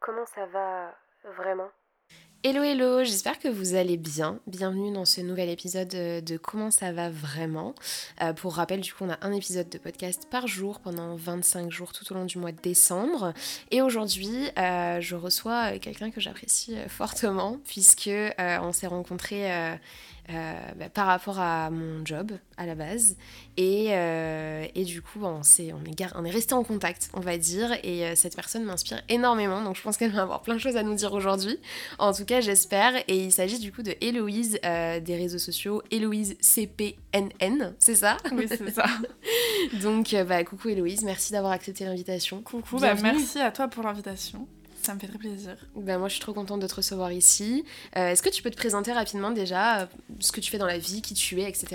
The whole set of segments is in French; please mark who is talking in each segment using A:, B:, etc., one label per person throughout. A: Comment ça va vraiment
B: Hello hello, j'espère que vous allez bien. Bienvenue dans ce nouvel épisode euh, de Comment ça va vraiment. Euh, pour rappel, du coup, on a un épisode de podcast par jour pendant 25 jours tout au long du mois de décembre. Et aujourd'hui, euh, je reçois quelqu'un que j'apprécie euh, fortement puisque euh, on s'est rencontrés euh, bah, par rapport à mon job à la base. Et, euh, et du coup, on, est, on, est, on est resté en contact, on va dire. Et euh, cette personne m'inspire énormément, donc je pense qu'elle va avoir plein de choses à nous dire aujourd'hui. En tout cas, j'espère. Et il s'agit du coup de Héloïse euh, des réseaux sociaux, Héloïse CPNN, c'est ça
C: Oui, c'est ça.
B: Donc, euh, bah, coucou Héloïse, merci d'avoir accepté l'invitation.
C: Coucou, bah, merci à toi pour l'invitation. Ça me fait très plaisir.
B: Bah, moi, je suis trop contente de te recevoir ici. Euh, Est-ce que tu peux te présenter rapidement déjà euh, ce que tu fais dans la vie, qui tu es, etc.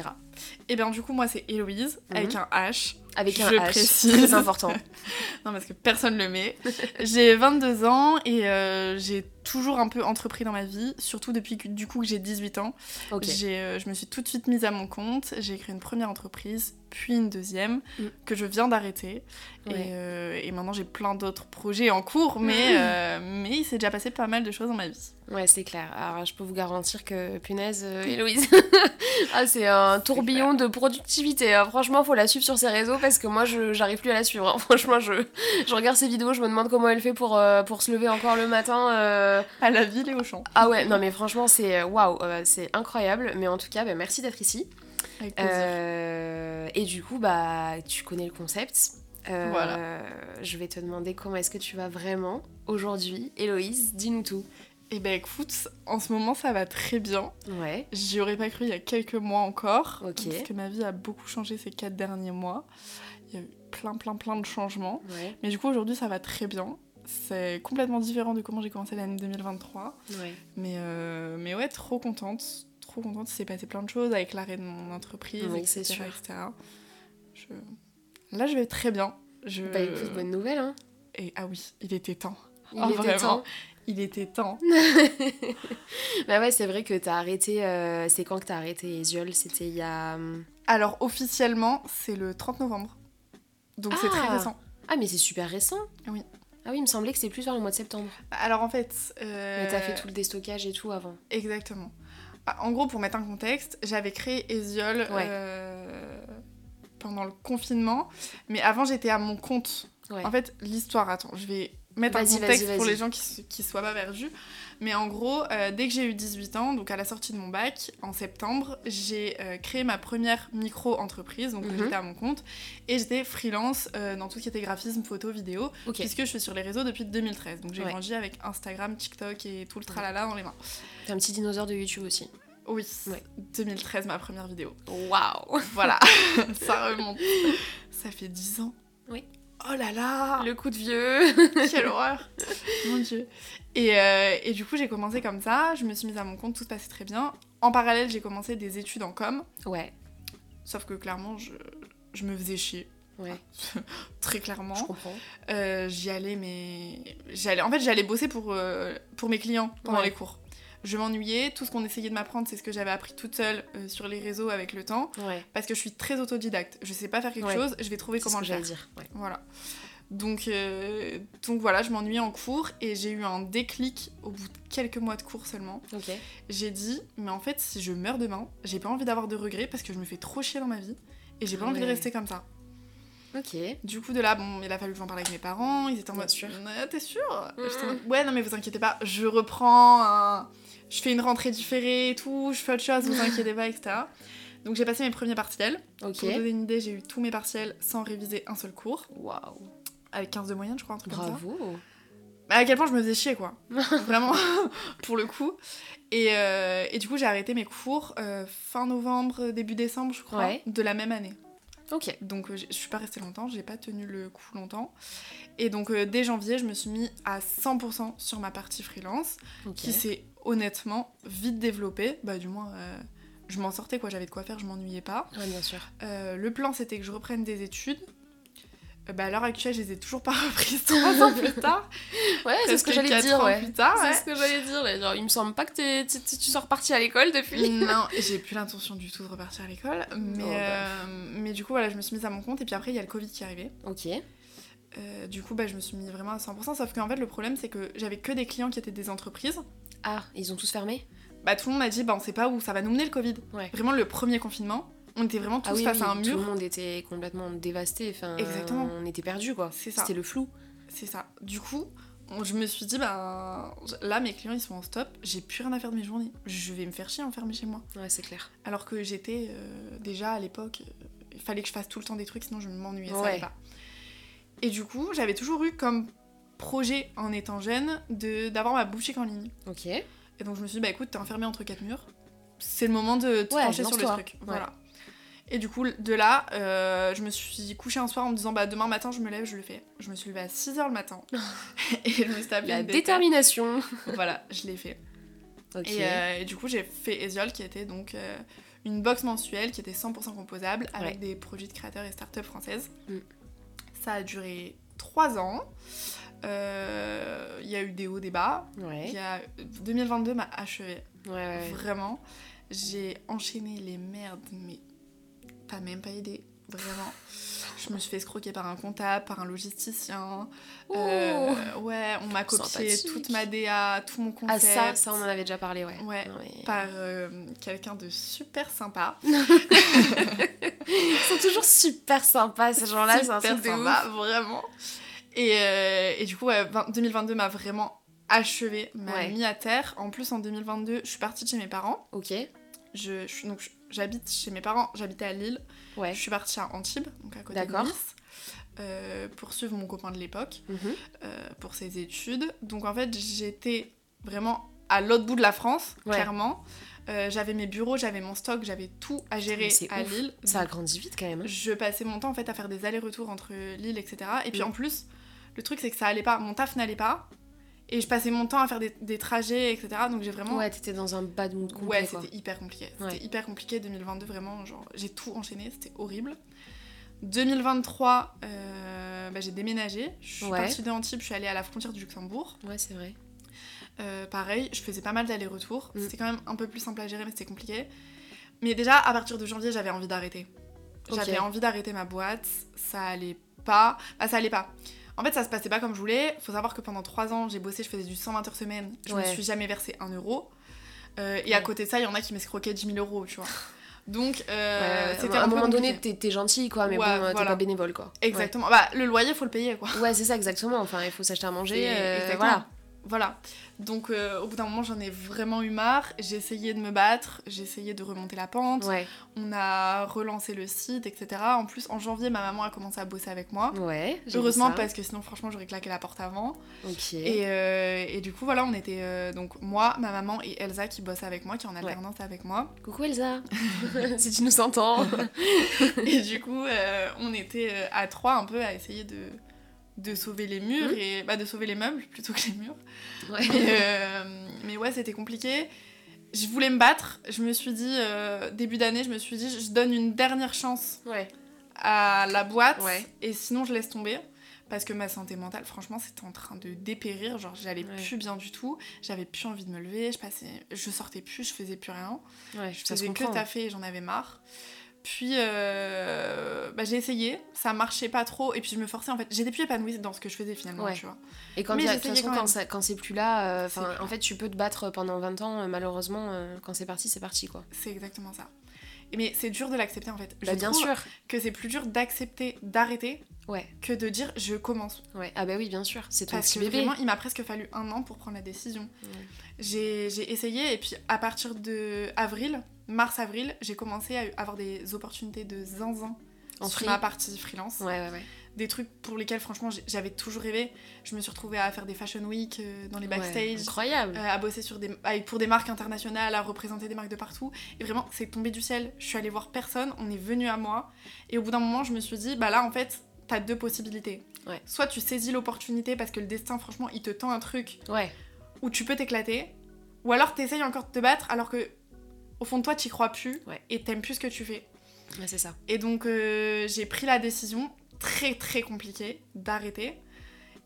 C: Et Eh bien, du coup, moi, c'est Héloïse, mmh. avec un H.
B: Mhm. Avec un
C: je
B: H,
C: précise.
B: très important.
C: non, parce que personne le met. j'ai 22 ans et euh, j'ai toujours un peu entrepris dans ma vie, surtout depuis que, du coup que j'ai 18 ans.
B: Okay.
C: Euh, je me suis tout de suite mise à mon compte, j'ai créé une première entreprise, puis une deuxième, mm. que je viens d'arrêter. Ouais. Et, euh, et, maintenant j'ai plein d'autres projets en cours, mais, mm. mais il s'est déjà passé pas mal de choses dans ma vie.
B: Ouais, c'est clair. Alors, je peux vous garantir que, punaise, Héloïse, ah, c'est un tourbillon clair. de productivité. Hein. Franchement, faut la suivre sur ses réseaux parce que moi, je j'arrive plus à la suivre. Hein. Franchement, je, je regarde ses vidéos, je me demande comment elle fait pour, euh, pour se lever encore le matin. Euh...
C: À la ville et au champ.
B: Ah ouais, non, mais franchement, c'est euh, waouh, c'est incroyable. Mais en tout cas, bah, merci d'être ici.
C: Avec plaisir.
B: Euh... et du coup, bah, tu connais le concept. Euh,
C: voilà.
B: Je vais te demander comment est-ce que tu vas vraiment aujourd'hui. Héloïse, dis-nous tout.
C: Eh ben écoute, en ce moment ça va très bien.
B: Ouais.
C: J'y aurais pas cru il y a quelques mois encore.
B: Okay.
C: Parce que ma vie a beaucoup changé ces quatre derniers mois. Il y a eu plein, plein, plein de changements.
B: Ouais.
C: Mais du coup aujourd'hui ça va très bien. C'est complètement différent de comment j'ai commencé l'année 2023.
B: Ouais.
C: Mais, euh, mais ouais, trop contente. Trop contente. Il s'est passé plein de choses avec l'arrêt de mon entreprise,
B: oui,
C: etc.
B: Sûr.
C: etc. Je... Là je vais très bien. Je...
B: Bah écoute, bonne nouvelle. Hein.
C: Et ah oui, il était temps.
B: Il
C: Hmm. oh,
B: était
C: vraiment.
B: Temps
C: il était temps.
B: bah ouais, c'est vrai que t'as arrêté. Euh, c'est quand que t'as arrêté Esiol C'était il y a. hmm,
C: Alors officiellement, c'est le 30 novembre. Donc
B: ah
C: c'est très récent.
B: Ah, mais c'est super récent
C: Oui.
B: Ah oui, il me semblait que c'est plus vers le mois de septembre.
C: Alors en fait. Euh...
B: Mais t'as fait tout le déstockage et tout avant.
C: Exactement. Bah, en gros, pour mettre un contexte, j'avais créé Esiol
B: ouais.
C: euh, pendant le confinement. Mais avant, j'étais à mon compte.
B: Ouais.
C: En fait, l'histoire, attends, je vais mettre un contexte pour les gens qui, qui soient pas perdus. Mais en gros, euh, dès que j'ai eu 18 ans, donc à la sortie de mon bac, en septembre, j'ai euh, créé ma première micro-entreprise, donc
B: Mhm.
C: j'étais à mon compte, et j'étais freelance euh, dans tout ce qui était graphisme, photo, vidéo,
B: Ok.
C: puisque je suis sur les réseaux depuis 2013. Donc j'ai
B: Ouais.
C: grandi avec Instagram, TikTok et tout le tralala dans les mains.
B: T'es un petit dinosaure de YouTube aussi.
C: Oui,
B: Ouais.
C: 2013, ma première vidéo.
B: Waouh
C: Voilà, ça remonte. Ça fait 10 ans.
B: Oui.
C: Oh là là
B: Le coup de vieux
C: Quelle horreur Mon dieu. Et, euh, et du coup, j'ai commencé comme ça, je me suis mise à mon compte, tout se passait très bien. En parallèle, j'ai commencé des études en com,
B: Ouais,
C: sauf que clairement, je, je me faisais chier.
B: ouais,
C: Ah Très
B: je
C: clairement.
B: comprends.
C: Euh, j'y allais, mais. J'allais... En fait, j'allais bosser pour, euh, pour mes clients pendant
B: Ouais.
C: les cours. Je m'ennuyais, tout ce qu'on essayait de m'apprendre, c'est ce que j'avais appris toute seule euh, sur les réseaux avec le temps,
B: Ouais,
C: parce que je suis très autodidacte. Je sais pas faire quelque
B: Ouais.
C: chose, je vais trouver
B: c'est ce
C: comment
B: que
C: le faire.
B: j'allais dire. Ouais.
C: Voilà. Donc, euh, donc voilà, je m'ennuyais en cours et j'ai eu un déclic au bout de quelques mois de cours seulement.
B: Ok.
C: J'ai dit, mais en fait, si je meurs demain, j'ai pas envie d'avoir de regrets parce que je me fais trop chier dans ma vie et j'ai pas
B: Ah
C: envie de
B: ouais.
C: rester comme ça.
B: Ok.
C: Du coup, de là, bon, il a fallu que j'en parle avec mes parents. Ils étaient en
B: Bien
C: mode,
B: sûr.
C: Ah, t'es sûr
B: Mm,
C: J'étais en mode, Ouais, non, mais vous inquiétez pas, je reprends, un- je fais une rentrée différée et tout, je fais autre chose, vous inquiétez pas, etc. Donc j'ai passé mes premiers partiels.
B: Ok.
C: Pour vous donner une idée, j'ai eu tous mes partiels sans réviser un seul cours,
B: Waouh.
C: avec 15 de moyenne, je crois, un truc comme ça.
B: Bravo.
C: Mais à quel point je me faisais chier, quoi. Vraiment, pour le coup. Et, euh, et du coup, j'ai arrêté mes cours euh, fin novembre, début décembre, je crois,
B: Ouais.
C: de la même année.
B: Ok.
C: Donc, euh, j'ai- je suis pas restée longtemps, j'ai pas tenu le coup longtemps. Et donc, euh, dès janvier, je me suis mis à 100% sur ma partie freelance,
B: Ok.
C: qui s'est honnêtement vite développée. Bah, du moins, euh, je m'en sortais, quoi. J'avais de quoi faire, je m'ennuyais pas.
B: Ouais, bien sûr.
C: Euh, le plan, c'était que je reprenne des études. Euh, Bah, à l'heure actuelle, je les ai toujours pas reprises trois ans plus tard.
B: Ouais, c'est ce que
C: presque
B: j'allais
C: quatre
B: dire,
C: ans
B: Ah ouais.
C: plus tard, ouais.
B: C'est ce que j'allais dire. là. Genre, il me semble pas que t'es- tu- tu tu sois reparti à l'école depuis.
C: non, j'ai plus l'intention du tout de repartir à l'école. Mais,
B: Oh, bah.
C: euh, mais du coup, voilà, je me suis mise à mon compte. Et puis après, il y a le Covid qui est arrivé.
B: Ok.
C: Euh, du coup, bah, je me suis mis vraiment à 100%. Sauf qu'en fait, le problème, c'est que j'avais que des clients qui étaient des entreprises.
B: Ah, ils ont tous fermé
C: Bah, tout le monde m'a dit, bah, on sait pas où ça va nous mener le Covid.
B: Ouais.
C: Vraiment, le premier confinement, on était vraiment tous
B: ah oui,
C: face
B: oui,
C: à un
B: tout
C: mur.
B: le monde était complètement dévasté. Enfin,
C: Exactement.
B: On était perdus, quoi.
C: C'est ça.
B: C'était le flou.
C: C'est ça. Du coup, on- je me suis dit, ben là, mes clients, ils sont en stop, j'ai plus rien à faire de mes journées. Je vais me faire chier enfermé chez moi.
B: Ouais, c'est clair.
C: Alors que j'étais euh, déjà à l'époque, euh, il fallait que je fasse tout le temps des trucs, sinon je m'ennuyais, ça
B: Ouais.
C: allait pas. Et du coup, j'avais toujours eu comme projet en étant jeune de d'avoir ma boutique en ligne.
B: Ok.
C: Et donc je me suis dit, bah écoute, t'es enfermé entre quatre murs, c'est le moment de te
B: Ouais,
C: pencher sur le
B: lance-toi.
C: truc.
B: Ouais.
C: Voilà. Et du coup, de là, euh, je me suis couchée un soir en me disant, bah demain matin, je me lève, je le fais. Je me suis levée à 6h le matin. et je me suis tapée
B: La
C: une
B: détermination.
C: déter. Voilà, je l'ai fait.
B: Ok.
C: Et, euh, et du coup, j'ai fait Esiol, qui était donc euh, une box mensuelle qui était 100% composable avec
B: Ouais.
C: des produits de créateurs et startups françaises.
B: Mm.
C: Ça a duré 3 ans. Euh, Il y a eu des hauts, des bas. Il
B: Ouais.
C: y a- euh, 2022 m'a achevé.
B: Ouais, Ah ouais, ouais.
C: Vraiment, j'ai enchaîné les merdes, mais pas même pas idée. Vraiment. Je me suis fait escroquer par un comptable, par un logisticien.
B: Ouh.
C: Euh, ouais, on m'a copié
B: Sympathique.
C: toute ma DA, tout mon
B: Ah
C: concept.
B: ça, ça on en avait déjà parlé, ouais.
C: Ouais,
B: Non, mais-
C: Par euh, quelqu'un de super sympa.
B: Ils sont toujours super sympas ces gens-là, c'est un
C: Super
B: truc de
C: sympa,
B: ouf.
C: vraiment. Et, euh, et du coup, ouais, 20 2022 m'a vraiment achevé, m'a
B: Ouais.
C: mis à terre. En plus, en 2022, je suis partie de chez mes parents.
B: Ok.
C: Je, je suis- donc, je- j'habite chez mes parents, j'habitais à Lille.
B: Ouais.
C: Je suis partie à Antibes, donc à côté de
B: D'accord.
C: Nice, euh, pour suivre mon copain de l'époque,
B: Mhm.
C: euh, pour ses études. Donc en fait, j'étais vraiment à l'autre bout de la France,
B: Ouais.
C: clairement. Euh, j'avais mes bureaux, j'avais mon stock, j'avais tout à gérer
B: Mais c'est
C: à
B: ouf.
C: Lille.
B: Ça a grandi vite quand même. hein.
C: Je passais mon temps en fait à faire des allers-retours entre Lille, etc. Et puis
B: Mhm.
C: en plus, le truc c'est que ça allait pas, mon taf n'allait pas. Et je passais mon temps à faire des, des trajets, etc. Donc j'ai vraiment
B: Ouais, t'étais dans un bad mood complet,
C: Ouais,
B: quoi.
C: c'était hyper compliqué.
B: Ouais.
C: C'était hyper compliqué 2022, vraiment. Genre, j'ai tout enchaîné, c'était horrible. 2023, euh, bah, j'ai déménagé. Je suis
B: Ouais.
C: partie de Antibes, je suis allée à la frontière du Luxembourg.
B: Ouais, c'est vrai.
C: Euh, pareil, je faisais pas mal d'allers-retours.
B: Mm.
C: C'était quand même un peu plus simple à gérer, mais c'était compliqué. Mais déjà, à partir de janvier, j'avais envie d'arrêter.
B: Ok.
C: J'avais envie d'arrêter ma boîte. Ça allait pas. Bah, ça allait pas. En fait, ça se passait pas comme je voulais. Faut savoir que pendant 3 ans, j'ai bossé, je faisais du 120 heures semaine. Je me
B: Ouais.
C: suis jamais versé 1 euro. Euh, et à
B: Ouais.
C: côté de ça, il y en a qui m'escroquaient 10 000 euros, tu vois. Donc, euh,
B: Ouais,
C: c'était
B: à
C: un,
B: un
C: peu
B: moment
C: compliqué.
B: donné, t'es t'es gentil, quoi, mais
C: Ouais,
B: bon, euh, t'es
C: voilà.
B: pas bénévole, quoi. Ouais.
C: Exactement. Bah, le loyer, faut le payer, quoi.
B: Ouais, c'est ça, exactement. Enfin, il faut s'acheter à manger.
C: Et-
B: euh,
C: exactement.
B: voilà.
C: Voilà. Donc euh, au bout d'un moment, j'en ai vraiment eu marre. J'ai essayé de me battre, j'ai essayé de remonter la pente.
B: Ouais.
C: On a relancé le site, etc. En plus, en janvier, ma maman a commencé à bosser avec moi.
B: Ouais. j'ai vu
C: Heureusement
B: ça.
C: parce que sinon franchement j'aurais claqué la porte avant.
B: Ok.
C: Et, euh, et du coup voilà on était euh, donc moi, ma maman et Elsa qui bossent avec moi, qui est en alternance avec moi.
B: Coucou Elsa, si tu nous entends.
C: Et du coup euh, on était euh, à trois un peu à essayer de, de sauver les
B: Mmh.
C: murs et bah, de sauver les meubles plutôt que les murs. Mais,
B: Ouais.
C: euh, mais ouais, c'était compliqué. Je voulais me battre. Je me suis dit, euh, début d'année, je me suis dit, je donne une dernière chance
B: Ouais.
C: à la boîte.
B: Ouais.
C: Et sinon, je laisse tomber. Parce que ma santé mentale, franchement, c'était en train de dépérir. Genre, j'allais
B: Ouais.
C: plus bien du tout. J'avais plus envie de me lever. Je, passais... je sortais plus, je faisais plus rien.
B: Ouais,
C: Je
B: ça se
C: faisais que
B: comprend.
C: taffer et j'en avais marre. Puis euh, bah, j'ai essayé, ça marchait pas trop, et puis je me forçais en fait. J'étais plus épanouie dans ce que je faisais finalement,
B: Ouais.
C: tu vois.
B: Et quand,
C: Mais
B: il y a- de toute
C: j'essayais
B: façon,
C: quand
B: quand,
C: même.
B: ça- quand c'est plus là, euh,
C: C'est
B: enfin,
C: plus
B: en fait, tu peux te battre pendant 20 ans, euh, malheureusement, euh, quand c'est parti, c'est parti, quoi.
C: C'est exactement ça. Et Mais c'est dur de l'accepter en fait.
B: Bah, bien
C: trouve
B: sûr.
C: que c'est plus dur d'accepter d'arrêter
B: Ouais.
C: que de dire je commence.
B: Ouais. Ah bah oui, bien sûr. C'est ton
C: Parce
B: petit
C: que
B: bébé.
C: vraiment, il m'a presque fallu un an pour prendre la décision.
B: Ouais.
C: J'ai j'ai essayé et puis à partir de avril, mars-avril, j'ai commencé à avoir des opportunités de zinzin
B: En
C: sur
B: free.
C: ma partie freelance.
B: Ouais, ouais, ouais.
C: Des trucs pour lesquels franchement j'ai- j'avais toujours rêvé. Je me suis retrouvée à faire des fashion week euh, dans les
B: Ouais,
C: backstage.
B: incroyable.
C: euh, à bosser sur des, avec- pour des marques internationales, à représenter des marques de partout. Et vraiment, c'est tombé du ciel. Je suis allée voir personne, on est venu à moi. Et au bout d'un moment, je me suis dit, bah là, en fait, t'as deux possibilités.
B: Ouais.
C: Soit tu saisis l'opportunité parce que le destin, franchement, il te tend un truc
B: Ouais.
C: où tu peux t'éclater. Ou alors t'essayes encore de te battre alors que, au fond de toi, t'y crois plus
B: Ouais.
C: et t'aimes plus ce que tu fais.
B: Ouais, c'est ça.
C: Et donc, euh, j'ai pris la décision, très très compliquée, d'arrêter.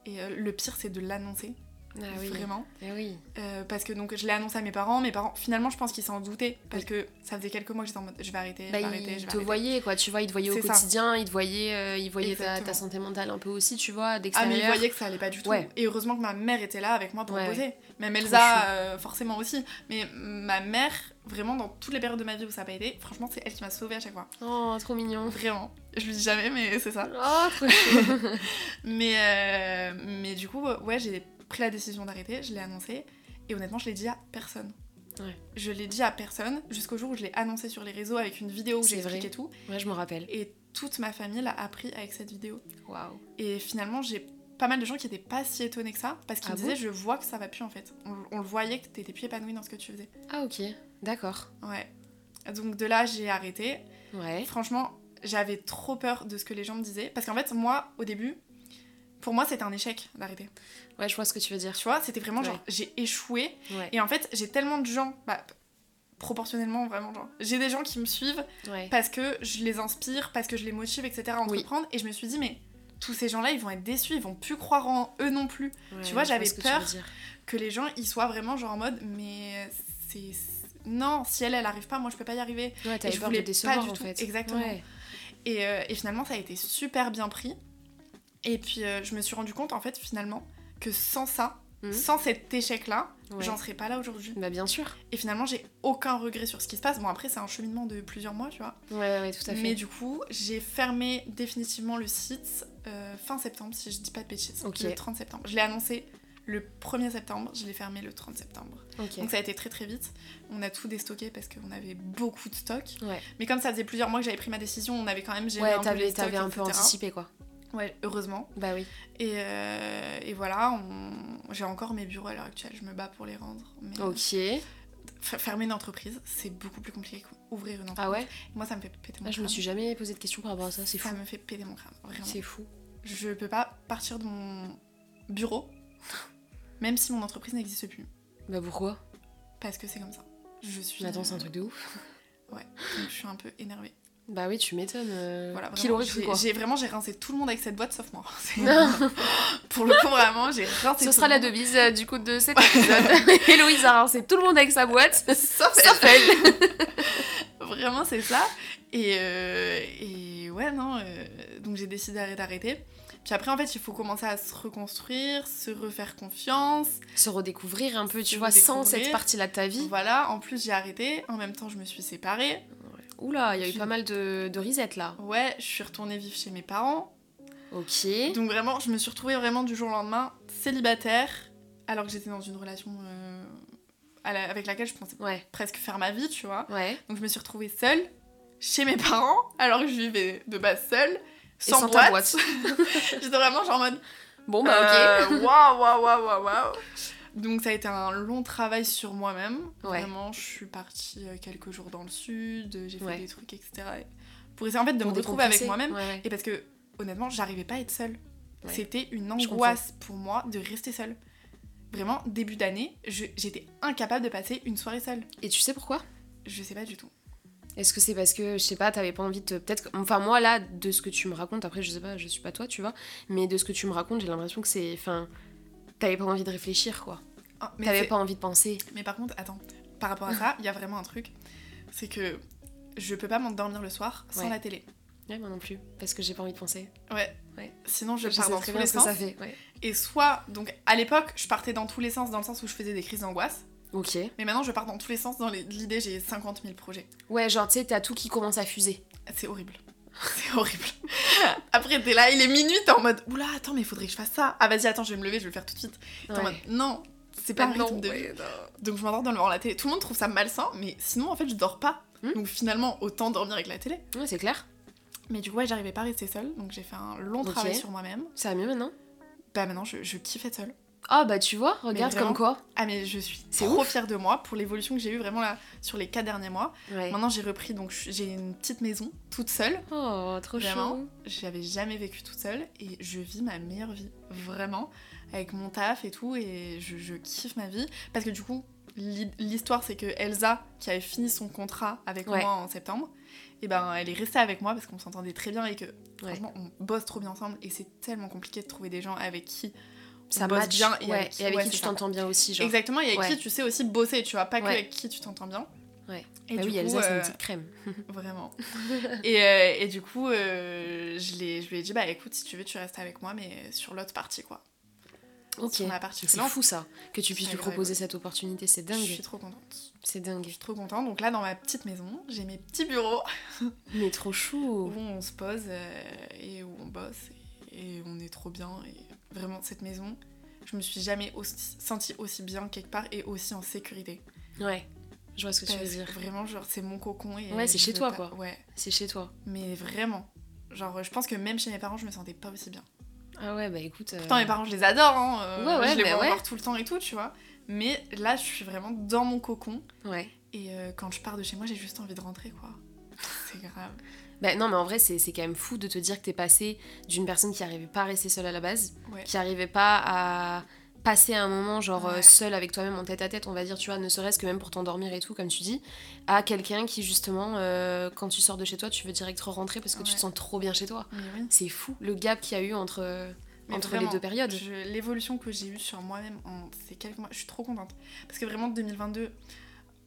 C: Et euh, le pire, c'est de l'annoncer.
B: Ah oui.
C: vraiment.
B: Ah oui.
C: Euh, parce que donc je l'ai annoncé à mes parents. Mes parents, finalement, je pense qu'ils s'en doutaient parce que ça faisait quelques mois que j'étais en mode je vais arrêter,
B: Bah,
C: je vais arrêter,
B: il
C: je vais
B: te
C: arrêter.
B: voyait, quoi. Tu vois, il te voyait au
C: C'est ça.
B: quotidien, il te voyait, euh, il voyait ta,
C: Exactement.
B: ta santé mentale un peu aussi, tu vois,
C: Ah, mais ils
B: d'extérieur.
C: voyaient que ça allait pas du tout.
B: Ouais.
C: Et heureusement que ma mère était là avec moi pour
B: Ouais,
C: me poser. Même
B: Trop
C: Elsa,
B: chou.
C: euh, forcément aussi. Mais ma mère, vraiment, dans toutes les périodes de ma vie où ça n'a pas été, franchement, c'est elle qui m'a sauvée à chaque fois.
B: Oh, trop mignon.
C: Vraiment. Je lui dis jamais, mais c'est ça.
B: Oh, trop chou.
C: Mais, euh, mais du coup, ouais, j'ai pris la décision d'arrêter, je l'ai annoncé, et honnêtement, je l'ai dit à personne.
B: Ouais.
C: Je l'ai dit à personne jusqu'au jour où je l'ai annoncé sur les réseaux avec une vidéo où
B: C'est
C: j'expliquais
B: vrai.
C: tout,
B: ouais, je me rappelle.
C: et toute ma famille l'a appris avec cette vidéo.
B: Waouh.
C: Et finalement, j'ai pas mal de gens qui étaient pas si étonnés que ça, parce qu'ils
B: Ah
C: me disaient, je vois que ça va plus en fait. On, on le voyait que t'étais plus épanouie dans ce que tu faisais.
B: Ah, ok. D'accord.
C: Ouais. Donc de là, j'ai arrêté,
B: Ouais.
C: Franchement, j'avais trop peur de ce que les gens me disaient. Parce qu'en fait, moi, au début, pour moi, c'était un échec d'arrêter.
B: Ouais, je vois ce que tu veux dire.
C: Tu vois, c'était vraiment genre,
B: Ouais.
C: j'ai échoué.
B: Ouais.
C: Et en fait, j'ai tellement de gens, bah, proportionnellement, vraiment, genre, j'ai des gens qui me suivent
B: Ouais.
C: parce que je les inspire, parce que je les motive, etc. à
B: Oui.
C: entreprendre. Et je me suis dit, mais tous ces gens-là, ils vont être déçus, ils vont plus croire en eux non plus.
B: Ouais,
C: vois,
B: je
C: j'avais
B: ce que tu veux
C: peur.
B: dire.
C: Que les gens, ils soient vraiment genre en mode, mais c'est. Non, si elle, elle arrive pas, moi, je peux pas y arriver.
B: Ouais, t'avais
C: je
B: peur de
C: voulais pas
B: décevoir,
C: du
B: en
C: tout.
B: fait.
C: Exactement.
B: Ouais.
C: Et, euh, et finalement, ça a été super bien pris. Et puis, euh, je me suis rendu compte, en fait, finalement, que sans ça,
B: Mhm.
C: sans cet échec-là,
B: Ouais.
C: j'en serais pas là aujourd'hui.
B: Bah, bien sûr.
C: Et finalement, j'ai aucun regret sur ce qui se passe. Bon, après, c'est un cheminement de plusieurs mois, tu vois.
B: Ouais, ouais, tout à fait.
C: Mais du coup, j'ai fermé définitivement le site euh, fin septembre, si je dis pas de bêtises.
B: Ok.
C: Le 30 septembre. Je l'ai annoncé le 1er septembre, je l'ai fermé le 30 septembre.
B: Ok.
C: Donc ça a été très très vite. On a tout déstocké parce qu'on avait beaucoup de stock.
B: Ouais.
C: Mais comme ça faisait plusieurs mois que j'avais pris ma décision, on avait quand même géré
B: Ouais,
C: un peu les
B: t'avais
C: stocks,
B: t'avais un peu
C: etc..
B: anticipé, quoi.
C: Ouais, heureusement.
B: Bah oui.
C: Et, euh, et voilà, on- j'ai encore mes bureaux à l'heure actuelle, je me bats pour les rendre. Mais euh,
B: Ok.
C: f- fermer une entreprise, c'est beaucoup plus compliqué qu'ouvrir une entreprise.
B: Ah ouais
C: Moi, ça me fait péter mon
B: Ah, Je me
C: crâne.
B: suis jamais posé de questions par rapport à ça, c'est
C: Ça
B: fou.
C: me fait péter mon crâne, vraiment.
B: C'est fou.
C: Je peux pas partir de mon bureau, même si mon entreprise n'existe plus,
B: Bah pourquoi
C: parce que c'est comme ça. Je suis.
B: Mais Attends, c'est un
C: euh,
B: truc de ouf.
C: Ouais, donc je suis un peu énervée.
B: Bah oui, tu m'étonnes. euh,
C: Voilà,
B: Qui
C: vraiment,
B: l'aurait cru,
C: j'ai
B: quoi
C: j'ai- vraiment j'ai rincé tout le monde avec cette boîte sauf moi. C'est-
B: Non.
C: Pour le coup, vraiment, j'ai rincé.
B: Ce
C: tout
B: sera
C: le
B: la
C: monde.
B: devise euh, du coup de cet épisode. Héloïse a rincé tout le monde avec sa boîte,
C: Sauf
B: sauf elle.
C: Vraiment, c'est ça. Et, euh, et ouais, non. euh, donc j'ai décidé d'arrêter- d'arrêter. Puis après, en fait, il faut commencer à se reconstruire, se refaire confiance.
B: Se redécouvrir un peu, tu
C: Se
B: vois, sans
C: redécouvrir.
B: cette partie-là de ta vie.
C: Voilà, en plus, j'ai arrêté. En même temps, je me suis séparée.
B: Oula, il y a eu
C: Tu-
B: pas mal de, de risettes là.
C: Ouais, je suis retournée vivre chez mes parents.
B: Ok.
C: Donc vraiment, je me suis retrouvée vraiment du jour au lendemain célibataire, alors que j'étais dans une relation euh, à la- avec laquelle je pensais
B: Ouais,
C: presque faire ma vie, tu vois.
B: ouais.
C: Donc je me suis retrouvée seule chez mes parents, alors que je vivais de base seule,
B: Et
C: sans,
B: ta
C: boîte. J'étais vraiment genre en mode
B: Bon bah ok.
C: Euh, Waouh, waouh, waouh, waouh, waouh. Donc ça a été un long travail sur moi-même.
B: Ouais.
C: Vraiment, je suis partie euh, quelques jours dans le sud, euh, j'ai fait
B: Ouais.
C: des trucs, etc. Pour essayer en fait de me
B: Pour
C: retrouver avec
B: décompresser.
C: moi-même.
B: Ouais, ouais.
C: Et parce que honnêtement, j'arrivais pas à être seule.
B: Ouais.
C: C'était une
B: Je comprends.
C: angoisse pour moi de rester seule. Vraiment, début d'année, je- j'étais incapable de passer une soirée seule.
B: Et tu sais pourquoi
C: Je sais pas du tout.
B: Est-ce que c'est parce que, je sais pas, t'avais pas envie de. te- Peut-être. que- Enfin, moi, là, de ce que tu me racontes, après, je sais pas, je suis pas toi, tu vois, mais de ce que tu me racontes, j'ai l'impression que c'est. Enfin. T'avais pas envie de réfléchir, quoi.
C: Ah, mais
B: T'avais
C: c'est-
B: pas envie de penser.
C: Mais par contre, attends, par rapport à ça, il y a vraiment un truc, c'est que je peux pas m'endormir le soir sans
B: Ouais.
C: la télé.
B: Ouais, moi non plus, parce que j'ai pas envie de penser.
C: Ouais.
B: Ouais.
C: Sinon, je,
B: sais
C: pars dans
B: très
C: tous
B: bien
C: les
B: ce que ça
C: sens.
B: fait. Ouais.
C: Et soit, donc à l'époque, je partais dans tous les sens, dans le sens où je faisais des crises d'angoisse.
B: Ok.
C: Mais maintenant, je pars dans tous les sens, dans les- l'idée, j'ai 50 000 projets.
B: Ouais, genre, tu sais, t'as tout qui commence à fuser.
C: C'est horrible. C'est horrible. Après, t'es là, il est minuit, t'es en mode Oula, attends, mais il faudrait que je fasse ça. Ah, vas-y, attends, je vais me lever, je vais le faire tout de suite. T'es en
B: Ouais.
C: mode Bah Non, c'est pas un
B: Maintenant,
C: rythme de
B: ouais,
C: vie. Donc, je m'endors dans le- devant la télé. Tout le monde trouve ça malsain, mais sinon, en fait, je dors pas.
B: Hmm.
C: Donc, finalement, autant dormir avec la télé.
B: Ouais, c'est clair.
C: Mais du coup, ouais, j'arrivais pas à rester seule, donc j'ai fait un long
B: Ok.
C: travail sur moi-même.
B: Ça va mieux maintenant
C: Bah maintenant, je, je kiffe être seule.
B: Ah, bah tu vois, regarde
C: vraiment.
B: comme quoi.
C: Ah mais je suis
B: C'est
C: trop fière de moi pour l'évolution que j'ai eue vraiment là sur les quatre derniers mois.
B: Ouais.
C: Maintenant, j'ai repris, donc je- j'ai une petite maison toute seule.
B: Oh, trop
C: Vraiment.
B: chaud.
C: J'avais jamais vécu toute seule et je vis ma meilleure vie, vraiment, avec mon taf et tout, et je, je kiffe ma vie. Parce que du coup, l'hi- l'histoire c'est que Elsa, qui avait fini son contrat avec
B: Ouais.
C: moi en septembre, et ben elle est restée avec moi parce qu'on s'entendait très bien et que Franchement, on bosse trop bien ensemble et c'est tellement compliqué de trouver des gens avec qui
B: ça
C: bosse
B: match,
C: bien et
B: ouais,
C: avec qui-
B: et avec
C: ouais,
B: qui tu
C: c'est ça.
B: t'entends bien aussi, genre.
C: Exactement, et avec
B: Ouais.
C: qui tu sais aussi bosser, tu vois, pas que
B: Ouais.
C: avec qui tu t'entends bien.
B: Ouais.
C: Et
B: Bah
C: du
B: oui,
C: coup,
B: Elsa, c'est une
C: euh,
B: petite crème.
C: Vraiment. et, euh, et du coup, euh, je, l'ai- je lui ai dit, bah écoute, si tu veux, tu restes avec moi, mais sur l'autre partie, quoi.
B: Ok.
C: Sur la partie
B: C'est
C: freelance.
B: fou ça, que tu puisses
C: C'est
B: lui
C: grave.
B: proposer cette opportunité, c'est
C: Je
B: dingue.
C: suis trop contente.
B: C'est
C: Je
B: dingue.
C: suis trop contente. Donc là, dans ma petite maison, j'ai mes petits bureaux
B: Mais trop chou.
C: où on se pose euh, et où on bosse. Et on est trop bien. Et vraiment, cette maison, je me suis jamais aussi- sentie aussi bien quelque part et aussi en sécurité.
B: Ouais, je vois ce que tu
C: Parce
B: veux dire.
C: que Vraiment, genre, c'est mon cocon. Et
B: Ouais, c'est
C: je
B: chez
C: veux
B: toi,
C: pas-
B: quoi.
C: Ouais,
B: C'est chez toi.
C: mais vraiment. Genre, je pense que même chez mes parents, je me sentais pas aussi bien.
B: Ah ouais, bah écoute. euh,
C: Pourtant, mes parents, je les adore, hein, euh,
B: Ouais, ouais,
C: je les
B: mais
C: vois
B: ouais.
C: encore tout le temps et tout, tu vois. Mais là, je suis vraiment dans mon cocon.
B: Ouais.
C: Et euh, quand je pars de chez moi, j'ai juste envie de rentrer, quoi. C'est grave.
B: Bah non, mais en vrai, c'est c'est quand même fou de te dire que t'es passé d'une personne qui arrivait pas à rester seule à la base,
C: Ouais.
B: qui arrivait pas à passer un moment genre euh,
C: Ouais.
B: seule avec toi-même en tête à tête, on va dire, tu vois, ne serait-ce que même pour t'endormir et tout, comme tu dis, à quelqu'un qui justement, euh, quand tu sors de chez toi, tu veux direct rentrer parce que tu
C: Ouais.
B: te sens trop bien chez toi.
C: Mais oui.
B: C'est fou le gap qu'il y a eu entre,
C: Mais
B: entre
C: vraiment,
B: les deux périodes.
C: je- L'évolution que j'ai eue sur moi-même en ces quelques mois, je suis trop contente. Parce que vraiment, 2022,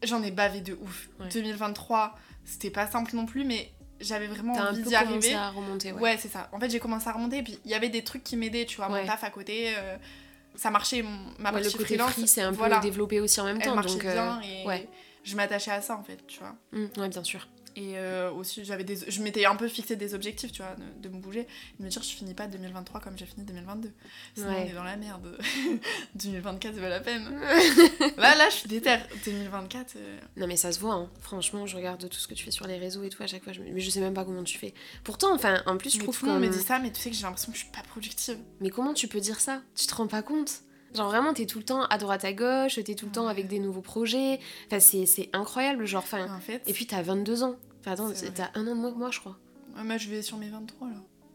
C: j'en ai bavé de ouf.
B: Ouais.
C: 2023, c'était pas simple non plus, mais j'avais vraiment
B: T'as un
C: envie
B: peu
C: d'y
B: commencé
C: arriver.
B: à remonter, ouais.
C: Ouais, c'est ça. En fait, j'ai commencé à remonter, et puis il y avait des trucs qui m'aidaient, tu vois,
B: Ouais.
C: mon taf à côté, euh, ça marchait, mon, ma
B: Ouais, le
C: partie
B: côté
C: freelance,
B: free s'est un peu
C: voilà,
B: développé aussi en même
C: elle
B: temps,
C: marchait
B: donc. euh,
C: bien, et
B: ouais.
C: je m'attachais à ça, en fait, tu vois.
B: hum, ouais, bien sûr.
C: Et euh, aussi, j'avais des... je m'étais un peu fixé des objectifs, tu vois, de, de me bouger, de me dire je finis pas 2023 comme j'ai fini 2022. Sinon,
B: Ouais.
C: on est dans la merde. 2024, c'est pas la peine. là, là, je suis déterre. 2024, euh,
B: Non mais ça se voit, hein. franchement, je regarde tout ce que tu fais sur les réseaux et tout à chaque fois, je... me- mais je sais même pas comment tu fais. Pourtant, enfin, en plus, je
C: mais
B: trouve
C: tout le monde
B: qu'on-
C: me dit ça, mais tu sais que j'ai l'impression que je suis pas productive.
B: Mais comment tu peux dire ça Tu te rends pas compte Genre vraiment, t'es tout le temps à droite à gauche, t'es tout le temps
C: Ouais.
B: avec des nouveaux projets, enfin, c'est c'est incroyable, genre, enfin...
C: En fait,
B: Et puis t'as 22 ans, enfin attends,
C: C'est vrai.
B: t'as un an de moins que moi, je crois.
C: ouais, moi, je vais sur mes 23, là.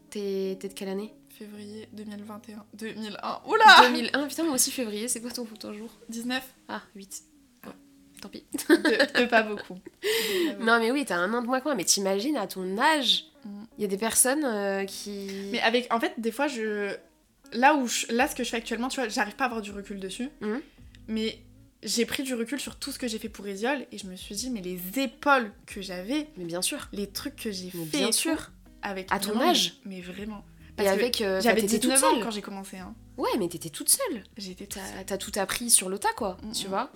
B: T'es t'es de quelle année
C: Février 2021. 2001. Oula
B: 2001, putain, moi aussi février, c'est quoi ton, ton jour
C: 19
B: Ah, 8. Ah, tant pis.
C: de, de pas beaucoup. De pas beaucoup.
B: non mais oui, t'as un an de moins que moi, mais t'imagines à ton âge,
C: Mm.
B: il y a des personnes euh, qui...
C: Mais avec, en fait, des fois, je. Là où je- là, ce que je fais actuellement, tu vois, j'arrive pas à avoir du recul dessus.
B: Mhm.
C: Mais j'ai pris du recul sur tout ce que j'ai fait pour Isiol et je me suis dit, mais les épaules que j'avais,
B: mais bien sûr.
C: les trucs que j'ai
B: Mais
C: fait.
B: bien
C: et
B: sûr.
C: tout, Avec
B: À ton
C: vraiment-
B: âge.
C: Mais vraiment.
B: Et
C: Parce que
B: avec. euh,
C: J'avais
B: enfin, t'étais
C: 19
B: toute
C: ans
B: seule.
C: quand j'ai commencé. Hein.
B: Ouais, mais t'étais toute seule.
C: J'étais toute
B: T'as
C: seule.
B: t'as tout appris sur le tas, quoi.
C: Mm,
B: Tu
C: mm.
B: vois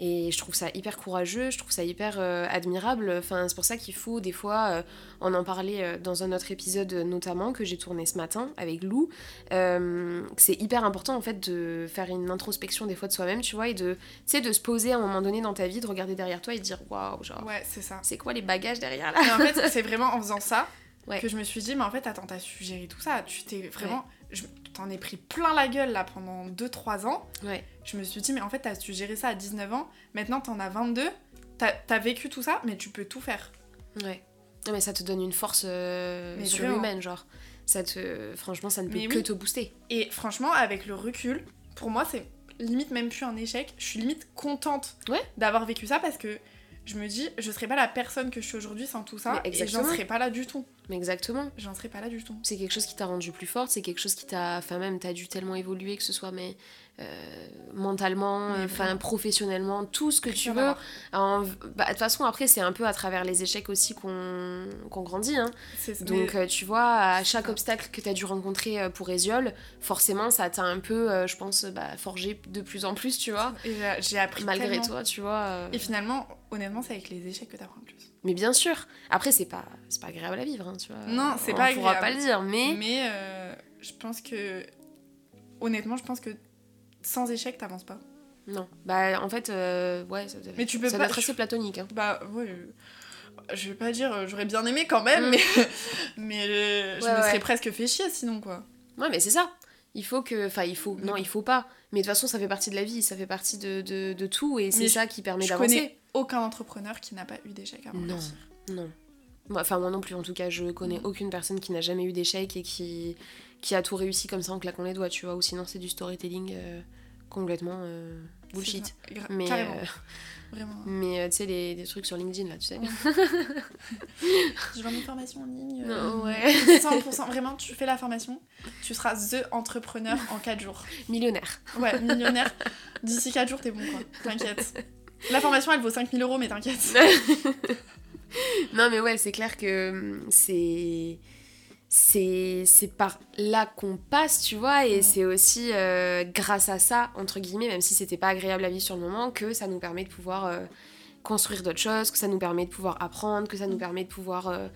B: Et je trouve ça hyper courageux, je trouve ça hyper euh, admirable. Enfin, c'est pour ça qu'il faut, des fois, euh, on en parlait euh, dans un autre épisode, euh, notamment, que j'ai tourné ce matin avec Lou. euh, que c'est hyper important, en fait, de faire une introspection, des fois, de soi-même, tu vois, et de, tu sais, de se poser à un moment donné dans ta vie, de regarder derrière toi et de dire, waouh, genre,
C: Ouais, c'est ça.
B: c'est quoi les bagages derrière là
C: Et en fait, c'est vraiment en faisant ça
B: Ouais.
C: que je me suis dit, mais en fait, attends, t'as su gérer tout ça. Tu t'es vraiment. je- T'en es pris plein la gueule là pendant 2-3 ans.
B: Ouais.
C: Je me suis dit, mais en fait, t'as su gérer ça à 19 ans. Maintenant, t'en as 22. T'as t'as vécu tout ça, mais tu peux tout faire.
B: Ouais. Non, mais ça te donne une force euh,
C: Mais vraiment.
B: surhumaine, genre. Ça te... Franchement, ça ne peut
C: Mais
B: que
C: oui.
B: te booster.
C: Et franchement, avec le recul, pour moi, c'est limite même plus un échec. Je suis limite contente
B: Ouais.
C: d'avoir vécu ça parce que je me dis, je serais pas la personne que je suis aujourd'hui sans tout ça.
B: Mais
C: Et j'en
B: exactement.
C: serais pas là du tout.
B: Mais exactement.
C: J'en serais pas là du tout.
B: C'est quelque chose qui t'a rendu plus forte, c'est quelque chose qui t'a. Enfin, même, t'as dû tellement évoluer, que ce soit mais, euh, mentalement,
C: Mais
B: euh, enfin,
C: vraiment.
B: professionnellement, tout ce que tu
C: Rien à
B: veux.
C: voir.
B: En- bah, De toute façon, après, c'est un peu à travers les échecs aussi qu'on qu'on grandit. hein.
C: C'est
B: Donc,
C: mais-
B: euh, tu vois, à chaque
C: ça.
B: obstacle que t'as dû rencontrer euh, pour Eziol, forcément, ça t'a un peu, euh, je pense, bah, forgé de plus en plus, tu vois.
C: et j'ai- j'ai appris
B: Malgré
C: tellement.
B: toi, tu vois. euh,
C: Et finalement, honnêtement, c'est avec les échecs que t'apprends le plus.
B: Mais bien sûr. Après, c'est pas, c'est pas agréable à vivre, hein, tu vois.
C: Non, c'est
B: On
C: pas
B: pourra
C: agréable.
B: pas le dire, mais
C: Mais euh, je pense que. Honnêtement, je pense que sans échec, t'avances pas.
B: non. Bah, en fait, euh, ouais, ça doit,
C: Mm. Mais tu peux
B: ça
C: pas-
B: doit être assez platonique. hein.
C: Bah, ouais. euh, Je vais pas dire, euh, j'aurais bien aimé quand même,
B: Mm.
C: mais, mais euh, je
B: Ouais,
C: me
B: ouais.
C: serais presque fait chier sinon, quoi.
B: Ouais, mais c'est ça. Il faut que. Enfin, il faut. Non,
C: Mais-
B: il faut pas. Mais de toute façon, ça fait partie de la vie, ça fait partie de, de, de tout, et c'est
C: Mais
B: ça qui permet
C: je
B: d'avancer.
C: connais aucun entrepreneur qui n'a pas eu d'échec avant de
B: Non.
C: réussir.
B: Non. Moi- Enfin, moi non plus, en tout cas, je connais
C: Mhm.
B: aucune personne qui n'a jamais eu d'échec et qui, qui a tout réussi comme ça en claquant les doigts, tu vois. Ou sinon, c'est du storytelling euh, complètement euh, bullshit.
C: C'est ça. Gra-
B: Mais,
C: Carrément,
B: euh,
C: vraiment.
B: mais euh, tu sais, les, les trucs sur LinkedIn, là, tu sais.
C: Je vends mes formations en ligne. euh,
B: Non, ouais.
C: 100%, vraiment, tu fais la formation, tu seras the entrepreneur en 4 jours.
B: Millionnaire.
C: Ouais, millionnaire. D'ici 4 jours, t'es bon, quoi. T'inquiète. La formation, elle vaut 5000 euros, mais t'inquiète.
B: Non, mais ouais, c'est clair que hum, c'est. C'est c'est par là qu'on passe, tu vois, et
C: Mm.
B: c'est aussi euh, grâce à ça, entre guillemets, même si c'était pas agréable à vivre sur le moment, que ça nous permet de pouvoir euh, construire d'autres choses, que ça nous permet de pouvoir apprendre, que ça nous
C: Mm.
B: permet de pouvoir euh,